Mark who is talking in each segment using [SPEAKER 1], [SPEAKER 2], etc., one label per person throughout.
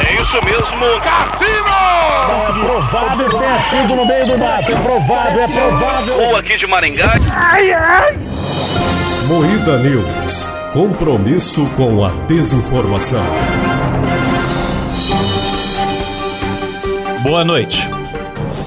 [SPEAKER 1] É isso mesmo, Cassino!
[SPEAKER 2] É provável que tenha sido no meio do mato. É provável, é provável.
[SPEAKER 1] Ou aqui de Maringá.
[SPEAKER 3] Moída News. Compromisso com a desinformação.
[SPEAKER 4] Boa noite.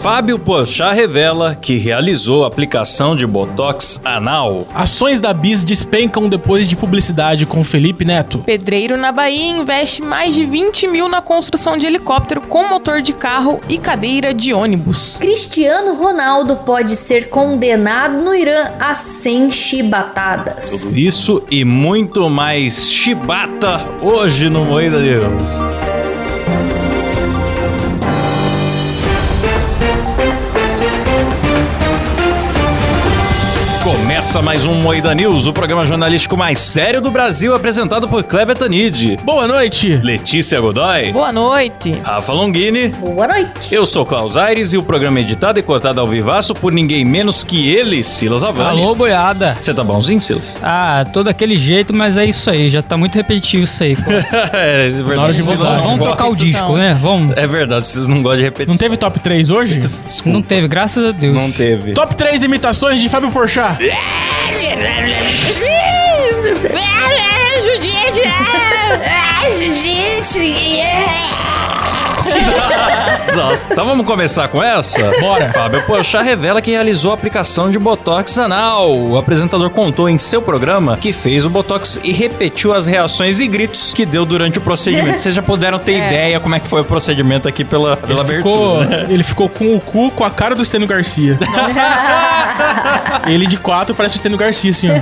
[SPEAKER 4] Fábio Porchat revela que realizou aplicação de botox anal.
[SPEAKER 5] Ações da Bis despencam depois de publicidade com Felipe Neto.
[SPEAKER 6] Pedreiro na Bahia investe mais de 20 mil na construção de helicóptero com motor de carro e cadeira de ônibus.
[SPEAKER 7] Cristiano Ronaldo pode ser condenado no Irã a 100 chibatadas.
[SPEAKER 4] Tudo isso e muito mais chibata hoje no Moeda News. Começa mais um Moeda News, o programa jornalístico mais sério do Brasil, apresentado por Kleber Tanid,
[SPEAKER 5] Boa noite.
[SPEAKER 4] Letícia Godoy,
[SPEAKER 6] Boa noite.
[SPEAKER 4] Rafa Longini
[SPEAKER 7] Boa noite.
[SPEAKER 4] Eu sou Klaus Aires e o programa é editado e cortado ao vivaço por ninguém menos que ele, Silas Avani.
[SPEAKER 8] Alô, boiada.
[SPEAKER 4] Você tá bonzinho, Silas?
[SPEAKER 8] Ah, todo aquele jeito, mas é isso aí. Já tá muito repetitivo isso aí.
[SPEAKER 4] é, é verdade.
[SPEAKER 8] Na hora de votar,
[SPEAKER 4] Silas não
[SPEAKER 8] vamos
[SPEAKER 4] gosta.
[SPEAKER 8] trocar o disco, né? Vamos.
[SPEAKER 4] É verdade, vocês não gostam de repetição.
[SPEAKER 5] Não teve top 3 hoje?
[SPEAKER 8] Não teve, graças a Deus.
[SPEAKER 4] É. Não teve.
[SPEAKER 5] Top 3 imitações de Fábio Porchat.
[SPEAKER 4] Nossa. Então vamos começar com essa? Bora. Fábio Porchat revela que realizou a aplicação de Botox anal. O apresentador contou em seu programa que fez o Botox e repetiu as reações e gritos que deu durante o procedimento. Vocês já puderam ter ideia como é que foi o procedimento aqui pela, pela abertura.
[SPEAKER 5] Ficou, ele ficou com o cu com a cara do Stênio Garcia. ele de quatro parece o Stênio Garcia, assim, ó.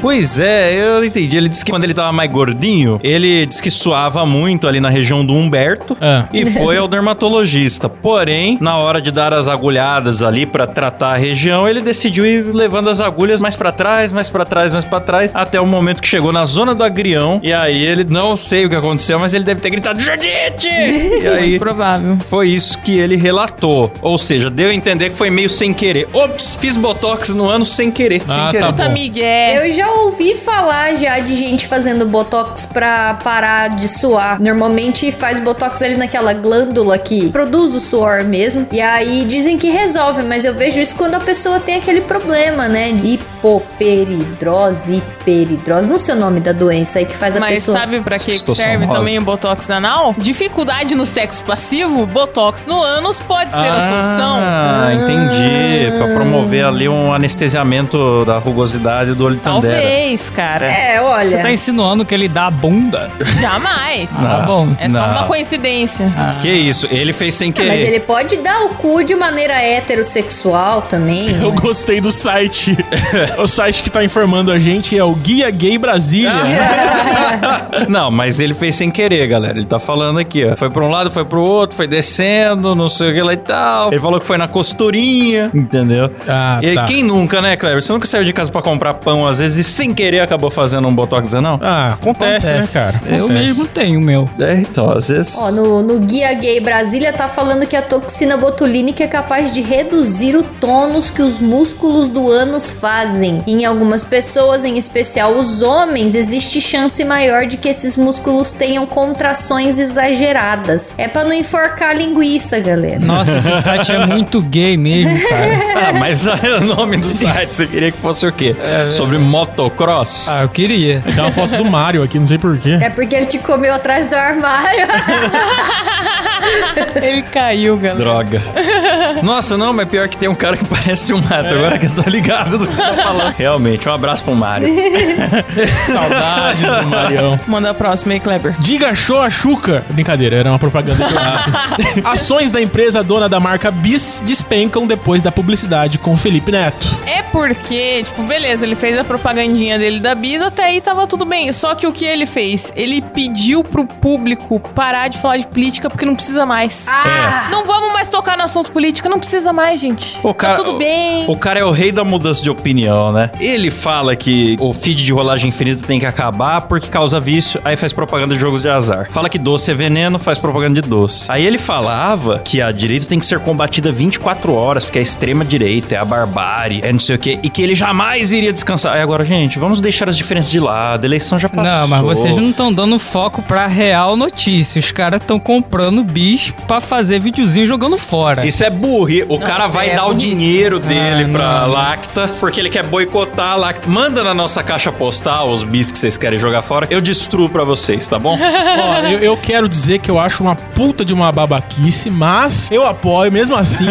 [SPEAKER 4] Pois é, eu entendi. Ele disse que quando ele tava mais gordinho, ele disse que suava muito ali na região do Humberto
[SPEAKER 5] Ah.
[SPEAKER 4] e foi ao dermatologista. Porém, na hora de dar as agulhadas ali pra tratar a região, ele decidiu ir levando as agulhas mais pra trás, mais pra trás, mais pra trás, até o momento que chegou na zona do agrião. E aí ele não sei o que aconteceu, mas ele deve ter gritado Judite! E aí
[SPEAKER 6] Provável.
[SPEAKER 4] foi isso que ele relatou. Ou seja, deu a entender que foi meio sem querer. Ops, fiz botox no ano sem querer. sem
[SPEAKER 5] Ah,
[SPEAKER 4] querer.
[SPEAKER 5] tá
[SPEAKER 6] Puta
[SPEAKER 5] bom.
[SPEAKER 6] Miguel.
[SPEAKER 7] Eu já ouvi falar já de gente fazendo botox pra parar de suar. Normalmente faz botox ali naquela glândula que produz o suor mesmo. E aí dizem que resolve, mas eu vejo isso quando a pessoa tem aquele problema, né? De hipoperidrose, hiperidrose. Não sei o nome da doença aí que faz a
[SPEAKER 6] Mas
[SPEAKER 7] pessoa.
[SPEAKER 6] sabe pra que que
[SPEAKER 4] Estou
[SPEAKER 6] serve
[SPEAKER 4] sonrosa.
[SPEAKER 6] também o botox anal? Dificuldade no sexo passivo, botox no ânus pode ser a solução.
[SPEAKER 4] Ah, entendi. Pra promover ali um anestesiamento da rugosidade do olho tandera.
[SPEAKER 6] Talvez, cara.
[SPEAKER 7] É, olha.
[SPEAKER 8] Você tá insinuando que ele dá a bunda?
[SPEAKER 6] Jamais.
[SPEAKER 8] Tá bom.
[SPEAKER 6] É só
[SPEAKER 4] Não.
[SPEAKER 6] uma coincidência.
[SPEAKER 4] Que isso, ele fez sem
[SPEAKER 7] Ah,
[SPEAKER 4] querer.
[SPEAKER 7] Mas ele pode dar o cu de maneira heterossexual também. é?
[SPEAKER 5] Eu gostei do site. o site que tá informando a gente é o Guia Gay Brasília.
[SPEAKER 7] é-
[SPEAKER 4] Não, mas ele fez sem querer, galera. Ele tá falando aqui, ó. Foi pra um lado, foi pro outro, foi descendo, não sei o que lá e tal. Ele falou que foi na costurinha,
[SPEAKER 5] é.
[SPEAKER 4] entendeu?
[SPEAKER 5] Ah,
[SPEAKER 4] e
[SPEAKER 5] tá.
[SPEAKER 4] quem nunca, né, Kleber? Você nunca saiu de casa pra comprar pão, às vezes, e sem querer acabou fazendo um botox anal?
[SPEAKER 5] Ah, acontece, né, cara?
[SPEAKER 8] Eu
[SPEAKER 5] Acontece.
[SPEAKER 8] mesmo tenho o meu.
[SPEAKER 4] É, então, às vezes...
[SPEAKER 7] Ó, no, no Guia Gay Brasília tá falando que a toxina botulínica é capaz de reduzir o tônus que os músculos do ânus fazem. Em algumas pessoas, em especial os homens, existe chance maior de que esses músculos tenham contrações exageradas. É pra não enforcar a linguiça, galera.
[SPEAKER 8] Nossa, esse site é muito gay mesmo, cara.
[SPEAKER 7] é.
[SPEAKER 4] Ah, mas olha o nome do site, você queria que fosse o quê? Sobre motocross?
[SPEAKER 8] Ah, eu queria.
[SPEAKER 5] Tem uma foto do Mario aqui, não sei porquê.
[SPEAKER 7] É porque ele te comeu atrás do armário.
[SPEAKER 6] Ele caiu, galera.
[SPEAKER 4] Droga. Nossa, não, mas pior que tem um cara que parece um mato. Agora que eu tô ligado do que você tá falando. Realmente, um abraço pro Mário.
[SPEAKER 5] Saudades do Marião.
[SPEAKER 6] Manda a próxima aí, Kleber.
[SPEAKER 5] Diga show a Xuca. Brincadeira, era uma propaganda. que eu- Ações da empresa dona da marca Bis despencam depois da publicidade com Felipe Neto.
[SPEAKER 6] É porque, tipo, beleza, ele fez a propagandinha dele da Bis, até aí tava tudo bem. Só que o que ele fez? Ele pediu pro público parar de falar de política política porque não precisa mais.
[SPEAKER 4] É.
[SPEAKER 7] Ah!
[SPEAKER 6] Não vamos mais tocar no assunto política, não precisa mais, gente.
[SPEAKER 4] O cara-
[SPEAKER 6] tá tudo bem.
[SPEAKER 4] O cara é o rei da mudança de opinião, né? Ele fala que o feed de rolagem infinita tem que acabar porque causa vício, aí faz propaganda de jogos de azar. Fala que doce é veneno, faz propaganda de doce. Aí ele falava que a direita tem que ser combatida 24 horas, porque é a extrema direita, é a barbárie, é não sei o quê, e que ele jamais iria descansar. Aí agora, gente, vamos deixar as diferenças de lado, a eleição já passou.
[SPEAKER 8] Não, mas vocês não estão dando foco pra real notícia. Os caras estão comprando bis pra fazer videozinho jogando fora.
[SPEAKER 4] Isso é burri. O cara vai
[SPEAKER 6] é
[SPEAKER 4] dar o
[SPEAKER 6] burrice.
[SPEAKER 4] dinheiro dele
[SPEAKER 8] Ah,
[SPEAKER 4] pra
[SPEAKER 8] não.
[SPEAKER 4] Lacta, porque ele quer boicotar a Lacta. Manda na nossa caixa postal os bis que vocês querem jogar fora. Eu destruo pra vocês, tá bom?
[SPEAKER 5] Ó, eu, eu quero dizer que eu acho uma puta de uma babaquice, mas eu apoio mesmo assim,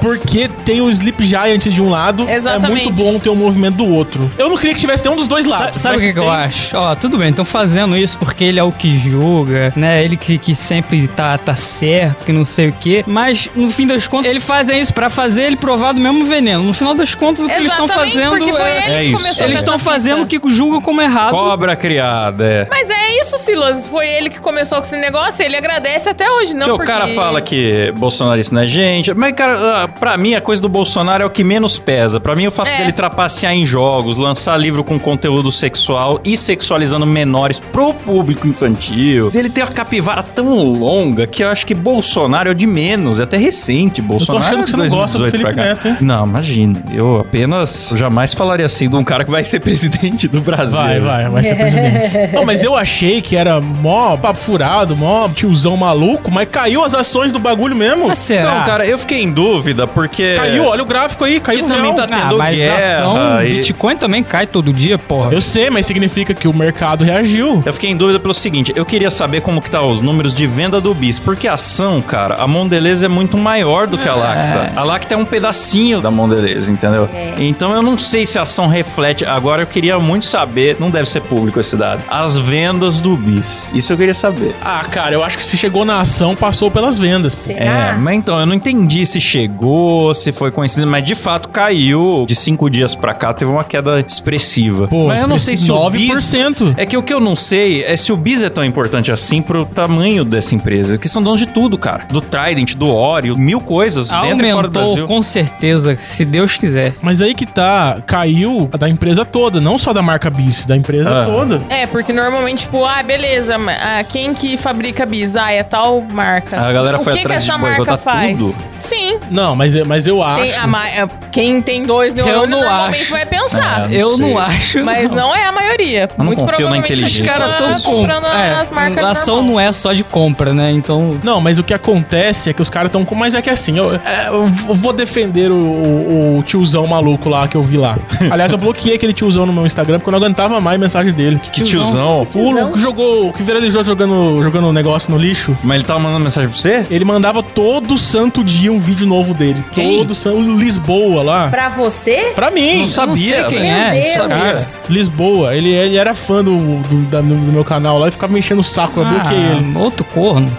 [SPEAKER 5] porque tem o Sleep Giant de um lado,
[SPEAKER 6] Exatamente.
[SPEAKER 5] é muito bom ter o movimento do outro. Eu não queria que tivesse nenhum dos dois
[SPEAKER 8] Sa-
[SPEAKER 5] lados.
[SPEAKER 8] Sabe o
[SPEAKER 5] mas
[SPEAKER 8] que, que eu
[SPEAKER 5] tem-
[SPEAKER 8] acho? Ó, tudo bem, estão fazendo isso porque ele é o que julga, né? Ele que, que sempre tá, tá certo, que não sei o quê. Mas, no fim das contas, eles fazem isso pra fazer ele provar do mesmo veneno. No final das contas, o que eles estão
[SPEAKER 6] Exatamente, porque
[SPEAKER 8] fazendo
[SPEAKER 6] foi
[SPEAKER 8] é...
[SPEAKER 6] ele
[SPEAKER 4] é
[SPEAKER 6] que
[SPEAKER 4] isso.
[SPEAKER 6] começou
[SPEAKER 8] Eles
[SPEAKER 6] com
[SPEAKER 8] estão
[SPEAKER 6] essa
[SPEAKER 8] fazendo o
[SPEAKER 6] fita.
[SPEAKER 8] que julgam como errado.
[SPEAKER 4] Cobra criada, é.
[SPEAKER 6] Mas é isso, Silas. Foi ele que começou com esse negócio. Ele agradece até hoje, não
[SPEAKER 4] Porque o
[SPEAKER 6] porque-
[SPEAKER 4] cara fala que bolsonarista não é gente. Mas, cara, ah, pra mim a coisa do Bolsonaro é o que menos pesa. Pra mim, o fato
[SPEAKER 6] É.
[SPEAKER 4] dele trapacear em jogos, lançar livro com conteúdo sexual e sexualizando menores pro público infantil. Ele tem uma capivara tão longa que eu acho que Bolsonaro é o de menos. É até recente, Bolsonaro. é
[SPEAKER 5] achando que você não gosta do
[SPEAKER 4] 2018 pra
[SPEAKER 5] Felipe
[SPEAKER 4] cá.
[SPEAKER 5] Neto, hein?
[SPEAKER 4] Não, imagina. Eu apenas eu jamais falaria assim de um cara que vai ser presidente do Brasil.
[SPEAKER 5] Vai, vai, vai ser presidente. Não, mas eu achei que era mó papo furado, mó tiozão maluco, mas caiu as ações do bagulho mesmo.
[SPEAKER 8] Mas será?
[SPEAKER 4] Então, cara, eu fiquei em dúvida porque.
[SPEAKER 5] É. Caiu, olha o gráfico aí,
[SPEAKER 4] E
[SPEAKER 5] caiu o
[SPEAKER 4] É. também
[SPEAKER 5] real.
[SPEAKER 4] tá
[SPEAKER 8] Ah,
[SPEAKER 4] tendo
[SPEAKER 8] mas
[SPEAKER 4] guerra
[SPEAKER 8] ação,
[SPEAKER 4] e-
[SPEAKER 8] Bitcoin também cai todo dia,
[SPEAKER 4] tá-
[SPEAKER 8] porra.
[SPEAKER 5] Eu sei, mas significa que o mercado reagiu.
[SPEAKER 4] Eu fiquei em dúvida pelo seguinte, eu queria saber como que tá os números de venda do bis, porque a ação, cara, a Mondelez é muito maior do que a Lacta. A Lacta é um pedacinho da Mondelez, entendeu? Então eu não sei se a ação reflete, agora eu queria muito saber, não deve ser público esse dado, as vendas do bis. Isso eu queria saber.
[SPEAKER 5] Ah, cara, eu acho que se chegou na ação, passou pelas vendas.
[SPEAKER 7] Será?
[SPEAKER 4] É, mas então, eu não entendi se chegou, se foi coincidência, mas de fato caiu. De cinco dias pra cá teve uma queda expressiva.
[SPEAKER 5] Pô,
[SPEAKER 4] mas eu não sei se o bis
[SPEAKER 5] 9%.
[SPEAKER 4] É que o que eu não sei é se o Bis é tão importante assim pro tamanho dessa empresa, que são donos de tudo, cara. Do Trident, do Oreo, mil coisas dentro e fora do
[SPEAKER 8] Aumentou,
[SPEAKER 4] Brasil.
[SPEAKER 8] com certeza, se Deus quiser.
[SPEAKER 5] Mas aí que tá, caiu a da empresa toda, não só da marca Bis, da empresa
[SPEAKER 4] Ah.
[SPEAKER 5] toda.
[SPEAKER 6] É, porque normalmente, tipo, ah, beleza, ma- ah, quem que fabrica bis? Ah, é tal marca.
[SPEAKER 4] A galera
[SPEAKER 6] o
[SPEAKER 4] foi
[SPEAKER 6] que
[SPEAKER 4] atrás
[SPEAKER 6] que essa
[SPEAKER 4] de
[SPEAKER 6] marca
[SPEAKER 4] boicotar
[SPEAKER 6] faz?
[SPEAKER 4] tudo.
[SPEAKER 6] Sim.
[SPEAKER 5] Não, mas, eu- mas eu acho.
[SPEAKER 6] Tem a ma- é, quem tem dois neurônios
[SPEAKER 8] não
[SPEAKER 6] normalmente
[SPEAKER 8] acho.
[SPEAKER 6] vai pensar.
[SPEAKER 4] É,
[SPEAKER 8] Eu
[SPEAKER 4] sei.
[SPEAKER 8] não acho.
[SPEAKER 6] Mas não é a maioria.
[SPEAKER 4] não
[SPEAKER 6] Muito
[SPEAKER 4] confio na
[SPEAKER 6] provavelmente vai
[SPEAKER 4] inteligência
[SPEAKER 6] ficar
[SPEAKER 4] das pessoas.
[SPEAKER 6] comprando
[SPEAKER 8] É,
[SPEAKER 6] as marcas
[SPEAKER 8] a ação
[SPEAKER 6] normal.
[SPEAKER 8] não é só de compra, né? Então.
[SPEAKER 5] Não, mas o que acontece é que os caras estão com. Mas é que assim, eu, é, eu vou defender o, o- o tiozão maluco lá que eu vi lá. Aliás, eu bloqueei aquele tiozão no meu Instagram porque eu não aguentava mais a mensagem dele.
[SPEAKER 4] Que tiozão.
[SPEAKER 5] O que jogou, que viralizou jogando jogando o negócio no lixo.
[SPEAKER 4] Mas ele tava mandando mensagem pra você?
[SPEAKER 5] Ele mandava todo santo dia um vídeo novo dele.
[SPEAKER 8] Quem?
[SPEAKER 5] Todo santo. O Lisboa lá. Pra,
[SPEAKER 7] Pra você?
[SPEAKER 5] mim.
[SPEAKER 4] Não sabia.
[SPEAKER 8] sei quem
[SPEAKER 4] velho.
[SPEAKER 7] Meu
[SPEAKER 8] é,
[SPEAKER 7] Deus!
[SPEAKER 8] sabe?
[SPEAKER 4] Cara,
[SPEAKER 5] Lisboa, ele, ele era fã do, do, da- do meu canal lá e ficava me enchendo o saco, eu bloqueei
[SPEAKER 8] Ah,
[SPEAKER 5] ele.
[SPEAKER 8] Outro corno.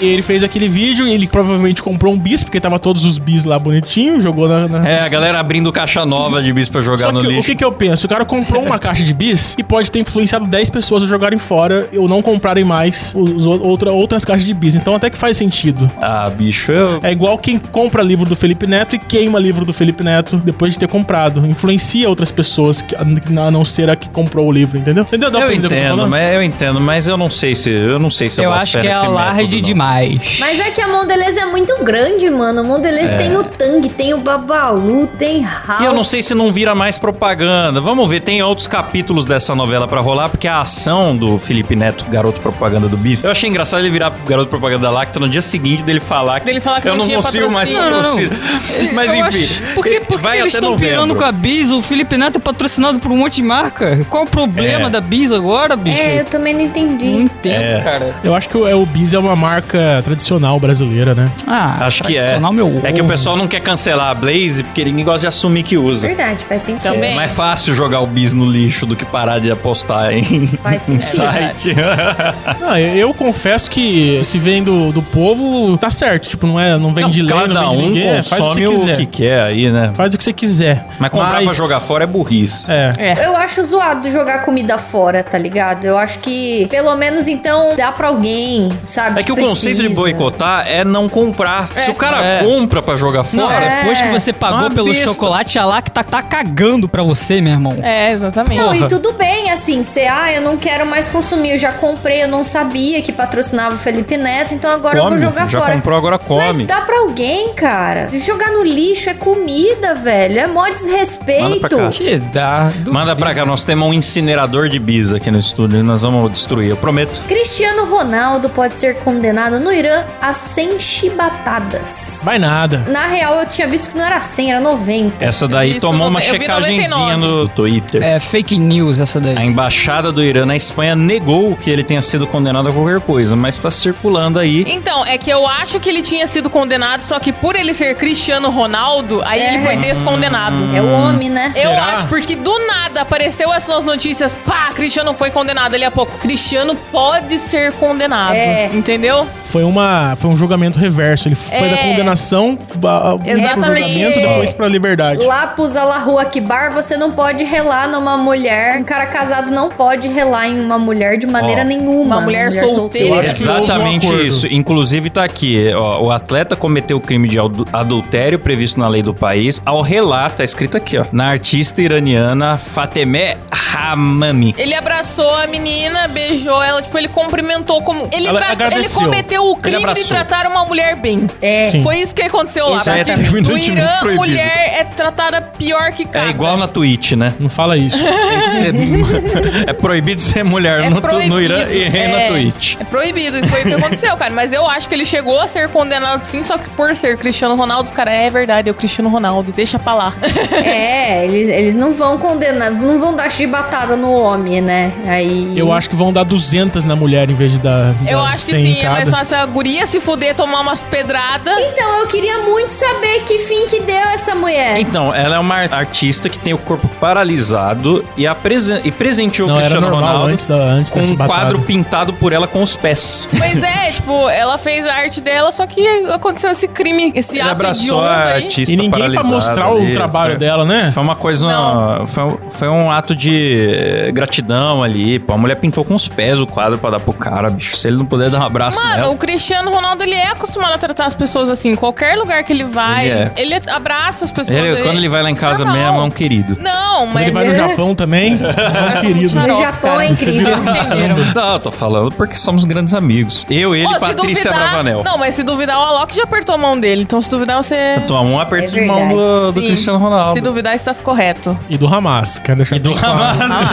[SPEAKER 5] E ele fez aquele vídeo, ele provavelmente comprou um bis, porque tava todos os bis lá bonitinho, jogou na. na-
[SPEAKER 4] É, a galera abrindo caixa nova de bis pra jogar
[SPEAKER 5] Só
[SPEAKER 4] no
[SPEAKER 5] que o
[SPEAKER 4] lixo.
[SPEAKER 5] que, que eu penso? O cara comprou uma caixa de bis e pode ter influenciado 10 pessoas a jogarem fora ou não comprarem mais os, ou- outra, outras caixas de bis. Então até que faz sentido.
[SPEAKER 4] Ah, bicho, eu...
[SPEAKER 5] É igual quem compra livro do Felipe Neto e queima livro do Felipe Neto depois de ter comprado. Influencia outras pessoas que, a não ser a que comprou o livro, entendeu? Entendeu? Dá
[SPEAKER 4] Eu
[SPEAKER 5] pra entender o que eu tô
[SPEAKER 4] entendo,
[SPEAKER 5] falando?
[SPEAKER 4] mas eu entendo, mas eu não sei se eu não sei se
[SPEAKER 8] Eu
[SPEAKER 4] boto
[SPEAKER 8] acho
[SPEAKER 4] fé
[SPEAKER 8] que é
[SPEAKER 4] nesse método,
[SPEAKER 8] alarde
[SPEAKER 4] não.
[SPEAKER 8] demais.
[SPEAKER 7] Mas é que a Mondelez é muito grande, mano. A Mondelez tem o Tang, tem o Babalu, tem Ralph.
[SPEAKER 4] É. E eu não sei se não vira mais propaganda. Vamos ver, tem outros capítulos dessa novela pra rolar, porque a ação do Felipe Neto, garoto propaganda do Bis, eu achei engraçado ele virar garoto propaganda da Lacta no dia seguinte dele falar que,
[SPEAKER 6] Dele falar que
[SPEAKER 4] eu
[SPEAKER 6] não
[SPEAKER 4] não
[SPEAKER 6] tinha
[SPEAKER 4] consigo mais
[SPEAKER 6] patrocínio.
[SPEAKER 4] patrocínio. Mas
[SPEAKER 8] Eu
[SPEAKER 4] enfim.
[SPEAKER 8] acho- Por que, por que
[SPEAKER 4] vai
[SPEAKER 8] eles
[SPEAKER 4] até
[SPEAKER 8] estão pirando
[SPEAKER 4] novembro.
[SPEAKER 8] com a Bis? O Felipe Neto é patrocinado por um monte de marca. Qual o problema
[SPEAKER 4] É.
[SPEAKER 8] da Bis agora, bicho?
[SPEAKER 7] É, eu também não
[SPEAKER 4] Hum.
[SPEAKER 8] Não
[SPEAKER 7] entendi.
[SPEAKER 8] entendo, cara.
[SPEAKER 5] Eu acho que o, é, o Bis é uma marca tradicional brasileira, né?
[SPEAKER 8] Ah,
[SPEAKER 4] Acho que é.
[SPEAKER 8] tradicional, Meu
[SPEAKER 4] é que o
[SPEAKER 8] ovo.
[SPEAKER 4] pessoal não quer cancelar a Blaze porque ninguém gosta de assumir que usa.
[SPEAKER 7] Verdade, faz sentido.
[SPEAKER 6] Também.
[SPEAKER 4] É mais fácil jogar o bis no lixo do que parar de apostar em,
[SPEAKER 7] Faz
[SPEAKER 4] em
[SPEAKER 7] sentido.
[SPEAKER 4] site. assim.
[SPEAKER 5] Ah, eu, eu confesso que se vem do, do povo, tá certo. Tipo, não, é, não vem de lei,
[SPEAKER 4] Cada
[SPEAKER 5] não vem de
[SPEAKER 4] um
[SPEAKER 5] ninguém. é, faz o que
[SPEAKER 4] consome
[SPEAKER 5] você quiser.
[SPEAKER 4] o que quer aí, né?
[SPEAKER 5] Faz o que você quiser.
[SPEAKER 4] Mas comprar pra jogar fora é burrice.
[SPEAKER 5] É.
[SPEAKER 6] É.
[SPEAKER 7] Eu acho zoado jogar comida fora, tá ligado? Eu acho que, pelo menos então, dá pra alguém, sabe?
[SPEAKER 4] É que o conceito de
[SPEAKER 7] precisa.
[SPEAKER 4] boicotar é não comprar. Se o cara
[SPEAKER 8] É.
[SPEAKER 4] compra pra jogar fora,
[SPEAKER 8] Não, é. depois
[SPEAKER 7] É.
[SPEAKER 8] que você pagou
[SPEAKER 4] Uma
[SPEAKER 8] pelo
[SPEAKER 4] besta.
[SPEAKER 8] chocolate, a LAC tá, tá cagando pra você, meu irmão.
[SPEAKER 6] É, exatamente.
[SPEAKER 7] Não,
[SPEAKER 8] Porra.
[SPEAKER 7] e tudo bem, assim, você, ah, eu não quero mais consumir, eu já comprei, eu não sabia que patrocinava o Felipe Neto, então agora eu
[SPEAKER 4] come.
[SPEAKER 7] vou jogar
[SPEAKER 4] Já
[SPEAKER 7] fora.
[SPEAKER 4] comprou, agora come.
[SPEAKER 7] Mas dá pra alguém, cara. Jogar no lixo é comida, velho. É mó
[SPEAKER 4] Manda pra cá.
[SPEAKER 7] desrespeito.
[SPEAKER 8] Que dá. duvido.
[SPEAKER 4] Manda pra cá, nós temos um incinerador de bis aqui no estúdio, nós vamos destruir, eu prometo.
[SPEAKER 7] Cristiano Ronaldo pode ser condenado no Irã a 100 chibatadas.
[SPEAKER 5] Vai nada.
[SPEAKER 7] Na real, eu tinha visto que não era 100, era 90.
[SPEAKER 4] Essa daí
[SPEAKER 6] Isso,
[SPEAKER 4] tomou uma
[SPEAKER 6] eu vi
[SPEAKER 4] checagenzinha
[SPEAKER 6] 99.
[SPEAKER 4] no Twitter.
[SPEAKER 8] É fake news essa daí.
[SPEAKER 4] A embaixada do Irã na Espanha negou que ele tenha sido condenado a qualquer coisa, mas tá circulando aí.
[SPEAKER 6] Então, é que eu acho que ele tinha sido condenado, só que por ele ser Cristiano Ronaldo, aí
[SPEAKER 7] É.
[SPEAKER 6] ele foi descondenado.
[SPEAKER 7] É o homem, né?
[SPEAKER 6] Eu
[SPEAKER 5] Será?
[SPEAKER 6] acho, porque do nada apareceu essas nas notícias, pá, Cristiano foi condenado ali a pouco. Cristiano pode ser condenado,
[SPEAKER 7] É.
[SPEAKER 6] entendeu?
[SPEAKER 5] Foi, uma, foi um julgamento reverso. Ele foi
[SPEAKER 6] É.
[SPEAKER 5] da condenação ba- a- pro
[SPEAKER 6] Exatamente.
[SPEAKER 5] julgamento, depois pra liberdade.
[SPEAKER 7] Lá pros Allahu Akbar, você não pode relar numa mulher. Um cara casado não pode relar em uma mulher de maneira
[SPEAKER 4] Ó.
[SPEAKER 7] nenhuma.
[SPEAKER 6] Uma mulher solteira.
[SPEAKER 5] acho que houve um
[SPEAKER 4] Exatamente
[SPEAKER 5] acordo.
[SPEAKER 4] isso. Inclusive tá aqui, ó, o atleta cometeu o crime de adu- adultério previsto na lei do país ao relar, tá escrito aqui, ó, na artista iraniana Fatemeh Hamami.
[SPEAKER 6] Ele abraçou a menina, beijou ela, tipo, ele cumprimentou como. Ele,
[SPEAKER 5] Ela
[SPEAKER 6] tra- ele
[SPEAKER 5] agradeceu.
[SPEAKER 6] cometeu o crime de
[SPEAKER 4] abraçou.
[SPEAKER 6] tratar uma mulher bem.
[SPEAKER 7] É.
[SPEAKER 5] Sim.
[SPEAKER 6] Foi isso que aconteceu lá.
[SPEAKER 7] Isso aí é
[SPEAKER 6] porque
[SPEAKER 4] terminou
[SPEAKER 6] no
[SPEAKER 4] de
[SPEAKER 6] Irã,
[SPEAKER 4] proibido.
[SPEAKER 6] mulher é tratada pior que cara.
[SPEAKER 4] É igual na Twitch, né?
[SPEAKER 5] Não fala isso.
[SPEAKER 4] Tem que ser- é proibido ser mulher
[SPEAKER 6] É
[SPEAKER 4] no, tu-
[SPEAKER 6] proibido.
[SPEAKER 4] no Irã e
[SPEAKER 6] é,
[SPEAKER 4] na Twitch.
[SPEAKER 6] É proibido. E foi o que aconteceu, cara. Mas eu acho que ele chegou a ser condenado sim, só que por ser Cristiano Ronaldo, os caras, é verdade, é o Cristiano Ronaldo. Deixa pra lá.
[SPEAKER 7] É, eles, eles não vão condenar, não vão dar chibatada no homem, né? Aí.
[SPEAKER 5] Eu acho que vão dar 200 na mulher em vez de dar.
[SPEAKER 6] Eu
[SPEAKER 5] dar
[SPEAKER 6] acho que
[SPEAKER 5] 100 em
[SPEAKER 6] sim, é mais fácil a guria se fuder, tomar umas pedradas.
[SPEAKER 7] Então, eu queria muito saber que fim que deu essa mulher.
[SPEAKER 4] Então, ela é uma artista que tem o corpo paralisado e, apresen- e presenteou o
[SPEAKER 5] Não, era
[SPEAKER 4] Cristiano
[SPEAKER 5] normal
[SPEAKER 4] Ronaldo
[SPEAKER 5] antes da antes
[SPEAKER 4] com
[SPEAKER 5] da
[SPEAKER 4] um
[SPEAKER 5] chibatada.
[SPEAKER 4] quadro pintado por ela com os pés.
[SPEAKER 6] Pois é, tipo, ela fez a arte dela, só que aconteceu esse crime, esse
[SPEAKER 4] Ele
[SPEAKER 6] ato
[SPEAKER 4] abraçou
[SPEAKER 6] hediondo
[SPEAKER 4] a
[SPEAKER 6] aí.
[SPEAKER 4] artista
[SPEAKER 5] E ninguém pra
[SPEAKER 4] paralisada
[SPEAKER 5] mostrar
[SPEAKER 4] ali,
[SPEAKER 5] o trabalho
[SPEAKER 4] foi-
[SPEAKER 5] dela, né?
[SPEAKER 4] Foi uma coisa.
[SPEAKER 6] Não.
[SPEAKER 4] Foi, um- foi um ato de eh, gratidão ali. Pô, a mulher pintou com os pés o quadro pra dar pro cara, bicho. Se ele não puder dar um abraço
[SPEAKER 6] Mano,
[SPEAKER 4] nela.
[SPEAKER 6] o Cristiano Ronaldo, ele é acostumado a tratar as pessoas assim. em Qualquer lugar que ele vai,
[SPEAKER 4] Ele é.
[SPEAKER 6] ele, abraça as pessoas.
[SPEAKER 4] Ele- quando ele vai lá em casa
[SPEAKER 6] Normal.
[SPEAKER 4] mesmo, é um querido.
[SPEAKER 6] Não,
[SPEAKER 5] Quando
[SPEAKER 6] mas... é-
[SPEAKER 5] ele vai no Japão também. Não, querido.
[SPEAKER 7] No Japão é incrível.
[SPEAKER 4] Não, eu tô falando porque somos grandes amigos. Eu, ele,
[SPEAKER 6] Ó, se
[SPEAKER 4] Patrícia
[SPEAKER 6] duvidar-
[SPEAKER 4] Bravanel.
[SPEAKER 6] Não, mas se duvidar, o Alok já apertou a mão dele. Então, se duvidar, você...
[SPEAKER 4] Toma um aperto
[SPEAKER 7] É
[SPEAKER 4] de mão do, do
[SPEAKER 6] Sim.
[SPEAKER 4] Cristiano Ronaldo.
[SPEAKER 6] Se duvidar, estás correto.
[SPEAKER 5] E do Hamas. Quero deixar
[SPEAKER 4] E do
[SPEAKER 5] bem claro.
[SPEAKER 4] Hamas.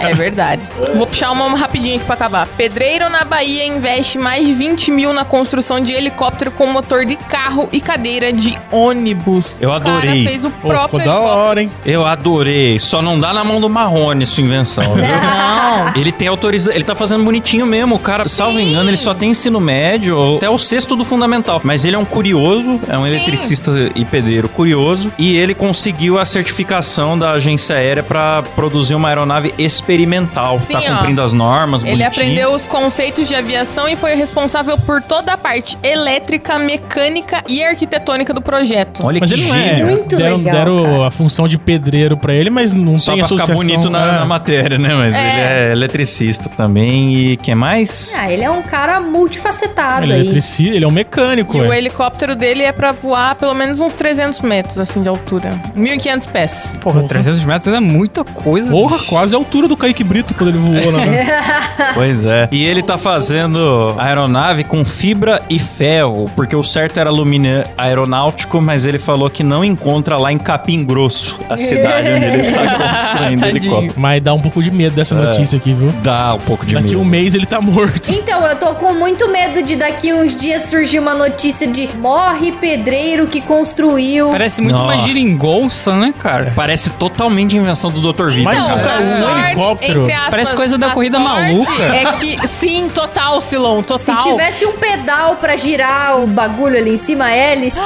[SPEAKER 6] É verdade. Vou puxar uma rapidinha aqui pra acabar. Pedreiro na Bahia investe mais de 20 mil na construção de helicóptero com motor de carro e cadeira de ônibus.
[SPEAKER 4] Eu
[SPEAKER 6] O cara
[SPEAKER 4] adorei.
[SPEAKER 6] fez o
[SPEAKER 5] Pô, ficou
[SPEAKER 6] próprio
[SPEAKER 5] da
[SPEAKER 6] helicóptero.
[SPEAKER 5] hora, hein?
[SPEAKER 4] Eu adorei. Só não dá na mão do Marrone sua invenção, viu? Ele tem autoriza, ele tá fazendo bonitinho mesmo. O cara, salvo engano, ele só tem ensino médio ou até o sexto do fundamental. Mas ele é um curioso, é um eletricista e pedreiro curioso e ele conseguiu a certificação da agência aérea pra produzir uma aeronave experimental.
[SPEAKER 6] Sim,
[SPEAKER 4] tá
[SPEAKER 6] ó.
[SPEAKER 4] cumprindo as normas,
[SPEAKER 6] Ele
[SPEAKER 4] bonitinho.
[SPEAKER 6] aprendeu os conceitos de aviação e foi responsável por toda a parte elétrica, mecânica e arquitetônica do projeto.
[SPEAKER 4] Olha
[SPEAKER 5] Mas
[SPEAKER 4] que
[SPEAKER 5] ele não
[SPEAKER 4] gênio.
[SPEAKER 5] é.
[SPEAKER 7] Muito
[SPEAKER 5] deram
[SPEAKER 7] legal,
[SPEAKER 5] deram
[SPEAKER 7] cara.
[SPEAKER 5] a função de pedreiro pra ele, mas não
[SPEAKER 4] Só
[SPEAKER 5] tem
[SPEAKER 4] pra
[SPEAKER 5] associação.
[SPEAKER 4] ficar bonito na,
[SPEAKER 5] é.
[SPEAKER 4] na matéria, né? Mas
[SPEAKER 6] É.
[SPEAKER 4] ele é eletricista também. E que mais?
[SPEAKER 7] Ah, ele é um cara multifacetado
[SPEAKER 5] Ele é
[SPEAKER 7] aí.
[SPEAKER 5] eletricista, ele é um mecânico.
[SPEAKER 6] E o
[SPEAKER 5] é.
[SPEAKER 6] helicóptero dele é pra voar pelo menos uns 300 metros, assim, de altura. 1.500 pés.
[SPEAKER 8] Porra, 300 metros é muita coisa.
[SPEAKER 5] Porra,
[SPEAKER 8] bicho.
[SPEAKER 5] quase a altura do Kaique Brito quando ele voou lá. né?
[SPEAKER 4] Pois é. E ele tá fazendo aeronave com fibra e ferro, porque o certo era alumínio aeronáutico, mas ele falou que não encontra lá em Capim Grosso, a cidade onde ele tá construindo o
[SPEAKER 6] Tadinho.
[SPEAKER 4] helicóptero.
[SPEAKER 5] Mas dá um pouco de medo dessa notícia aqui, viu?
[SPEAKER 4] Dá um pouco É. de
[SPEAKER 5] Daqui
[SPEAKER 4] medo.
[SPEAKER 5] um mês ele tá morto.
[SPEAKER 7] Então, eu tô com muito medo de daqui uns dias surgir uma notícia de morre pedreiro que construiu.
[SPEAKER 8] Parece muito
[SPEAKER 4] Não.
[SPEAKER 8] mais geringonça, né, cara?
[SPEAKER 4] Parece totalmente invenção do Dr. Vitor.
[SPEAKER 5] Mas o
[SPEAKER 4] cara.
[SPEAKER 5] cara- um helicóptero.
[SPEAKER 6] Então, entre aspas,
[SPEAKER 8] Parece coisa da
[SPEAKER 6] a
[SPEAKER 8] corrida
[SPEAKER 6] sorte
[SPEAKER 8] maluca.
[SPEAKER 6] É que, sim, total, Silon,
[SPEAKER 7] Se
[SPEAKER 6] total.
[SPEAKER 7] tivesse um pedal pra girar o bagulho ali em cima, a hélice.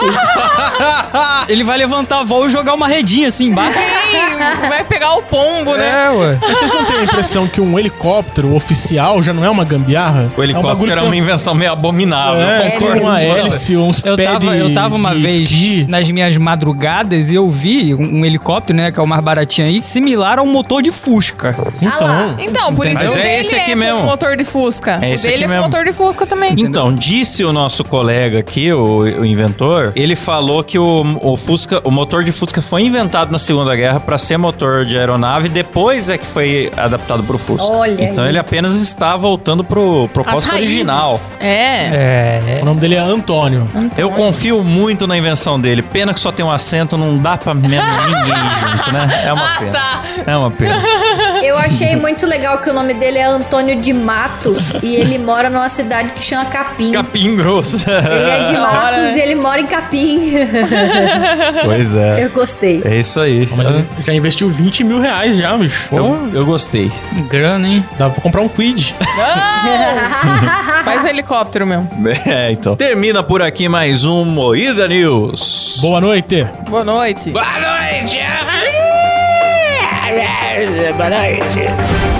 [SPEAKER 8] Ele vai levantar a voo e jogar uma redinha assim embaixo.
[SPEAKER 6] Sim, vai pegar o pombo, né?
[SPEAKER 8] É, ué.
[SPEAKER 4] É.
[SPEAKER 5] Mas Vocês não têm a impressão que um helicóptero helicóptero oficial já não é uma gambiarra.
[SPEAKER 4] O helicóptero é,
[SPEAKER 5] é um
[SPEAKER 4] uma
[SPEAKER 5] bagulho
[SPEAKER 4] invenção meio
[SPEAKER 5] que
[SPEAKER 4] abominável.
[SPEAKER 5] é,
[SPEAKER 4] eu
[SPEAKER 5] tem
[SPEAKER 4] concordo.
[SPEAKER 5] uma
[SPEAKER 7] mesmo.
[SPEAKER 5] hélice, uns
[SPEAKER 8] Eu
[SPEAKER 5] pés
[SPEAKER 8] tava,
[SPEAKER 5] de-
[SPEAKER 8] eu tava uma
[SPEAKER 5] de
[SPEAKER 8] vez
[SPEAKER 5] esqui.
[SPEAKER 8] nas minhas madrugadas e eu vi um, um helicóptero, né, que é o mais baratinho aí, similar a um motor de Fusca.
[SPEAKER 7] Ah lá.
[SPEAKER 5] Então,
[SPEAKER 6] Então, por isso
[SPEAKER 4] Mas
[SPEAKER 6] que o
[SPEAKER 4] é
[SPEAKER 6] dele
[SPEAKER 4] esse aqui
[SPEAKER 6] é com
[SPEAKER 4] mesmo.
[SPEAKER 6] motor de Fusca.
[SPEAKER 4] É
[SPEAKER 6] o
[SPEAKER 4] esse
[SPEAKER 6] dele
[SPEAKER 4] aqui
[SPEAKER 6] é com
[SPEAKER 4] mesmo.
[SPEAKER 6] motor de Fusca também.
[SPEAKER 4] Então, disse o nosso colega aqui, o, o inventor, ele falou que o, o Fusca, o motor de Fusca foi inventado na Segunda Guerra para ser motor de aeronave, depois é que foi adaptado pro Fusca.
[SPEAKER 7] Olha
[SPEAKER 4] então
[SPEAKER 7] aí.
[SPEAKER 4] ele apenas está voltando pro
[SPEAKER 6] As
[SPEAKER 4] propósito
[SPEAKER 6] raízes.
[SPEAKER 4] original.
[SPEAKER 6] É.
[SPEAKER 8] É.
[SPEAKER 5] o nome dele é Antônio.
[SPEAKER 4] Eu confio muito na invenção dele. Pena que só tem um assento, não dá pra mesmo ninguém junto, né? É uma
[SPEAKER 6] Ah,
[SPEAKER 4] pena.
[SPEAKER 6] tá.
[SPEAKER 4] É uma pena.
[SPEAKER 7] Eu achei muito legal que o nome dele é Antônio de Matos e ele mora numa cidade que chama Capim.
[SPEAKER 4] Capim grosso.
[SPEAKER 7] Ele é de
[SPEAKER 6] Da hora,
[SPEAKER 7] Matos
[SPEAKER 6] né?
[SPEAKER 7] e ele mora em Capim.
[SPEAKER 4] Pois é.
[SPEAKER 7] Eu gostei.
[SPEAKER 4] É isso aí.
[SPEAKER 5] Mas ele já investiu 20 mil reais já, bicho.
[SPEAKER 8] Então?
[SPEAKER 5] Pô,
[SPEAKER 4] Eu, eu gostei.
[SPEAKER 8] Grana, hein?
[SPEAKER 5] Dá pra comprar um quid.
[SPEAKER 6] Faz o helicóptero mesmo.
[SPEAKER 4] É, então. Termina por aqui mais um Moída News.
[SPEAKER 5] Boa noite.
[SPEAKER 6] Boa noite.
[SPEAKER 4] Boa noite!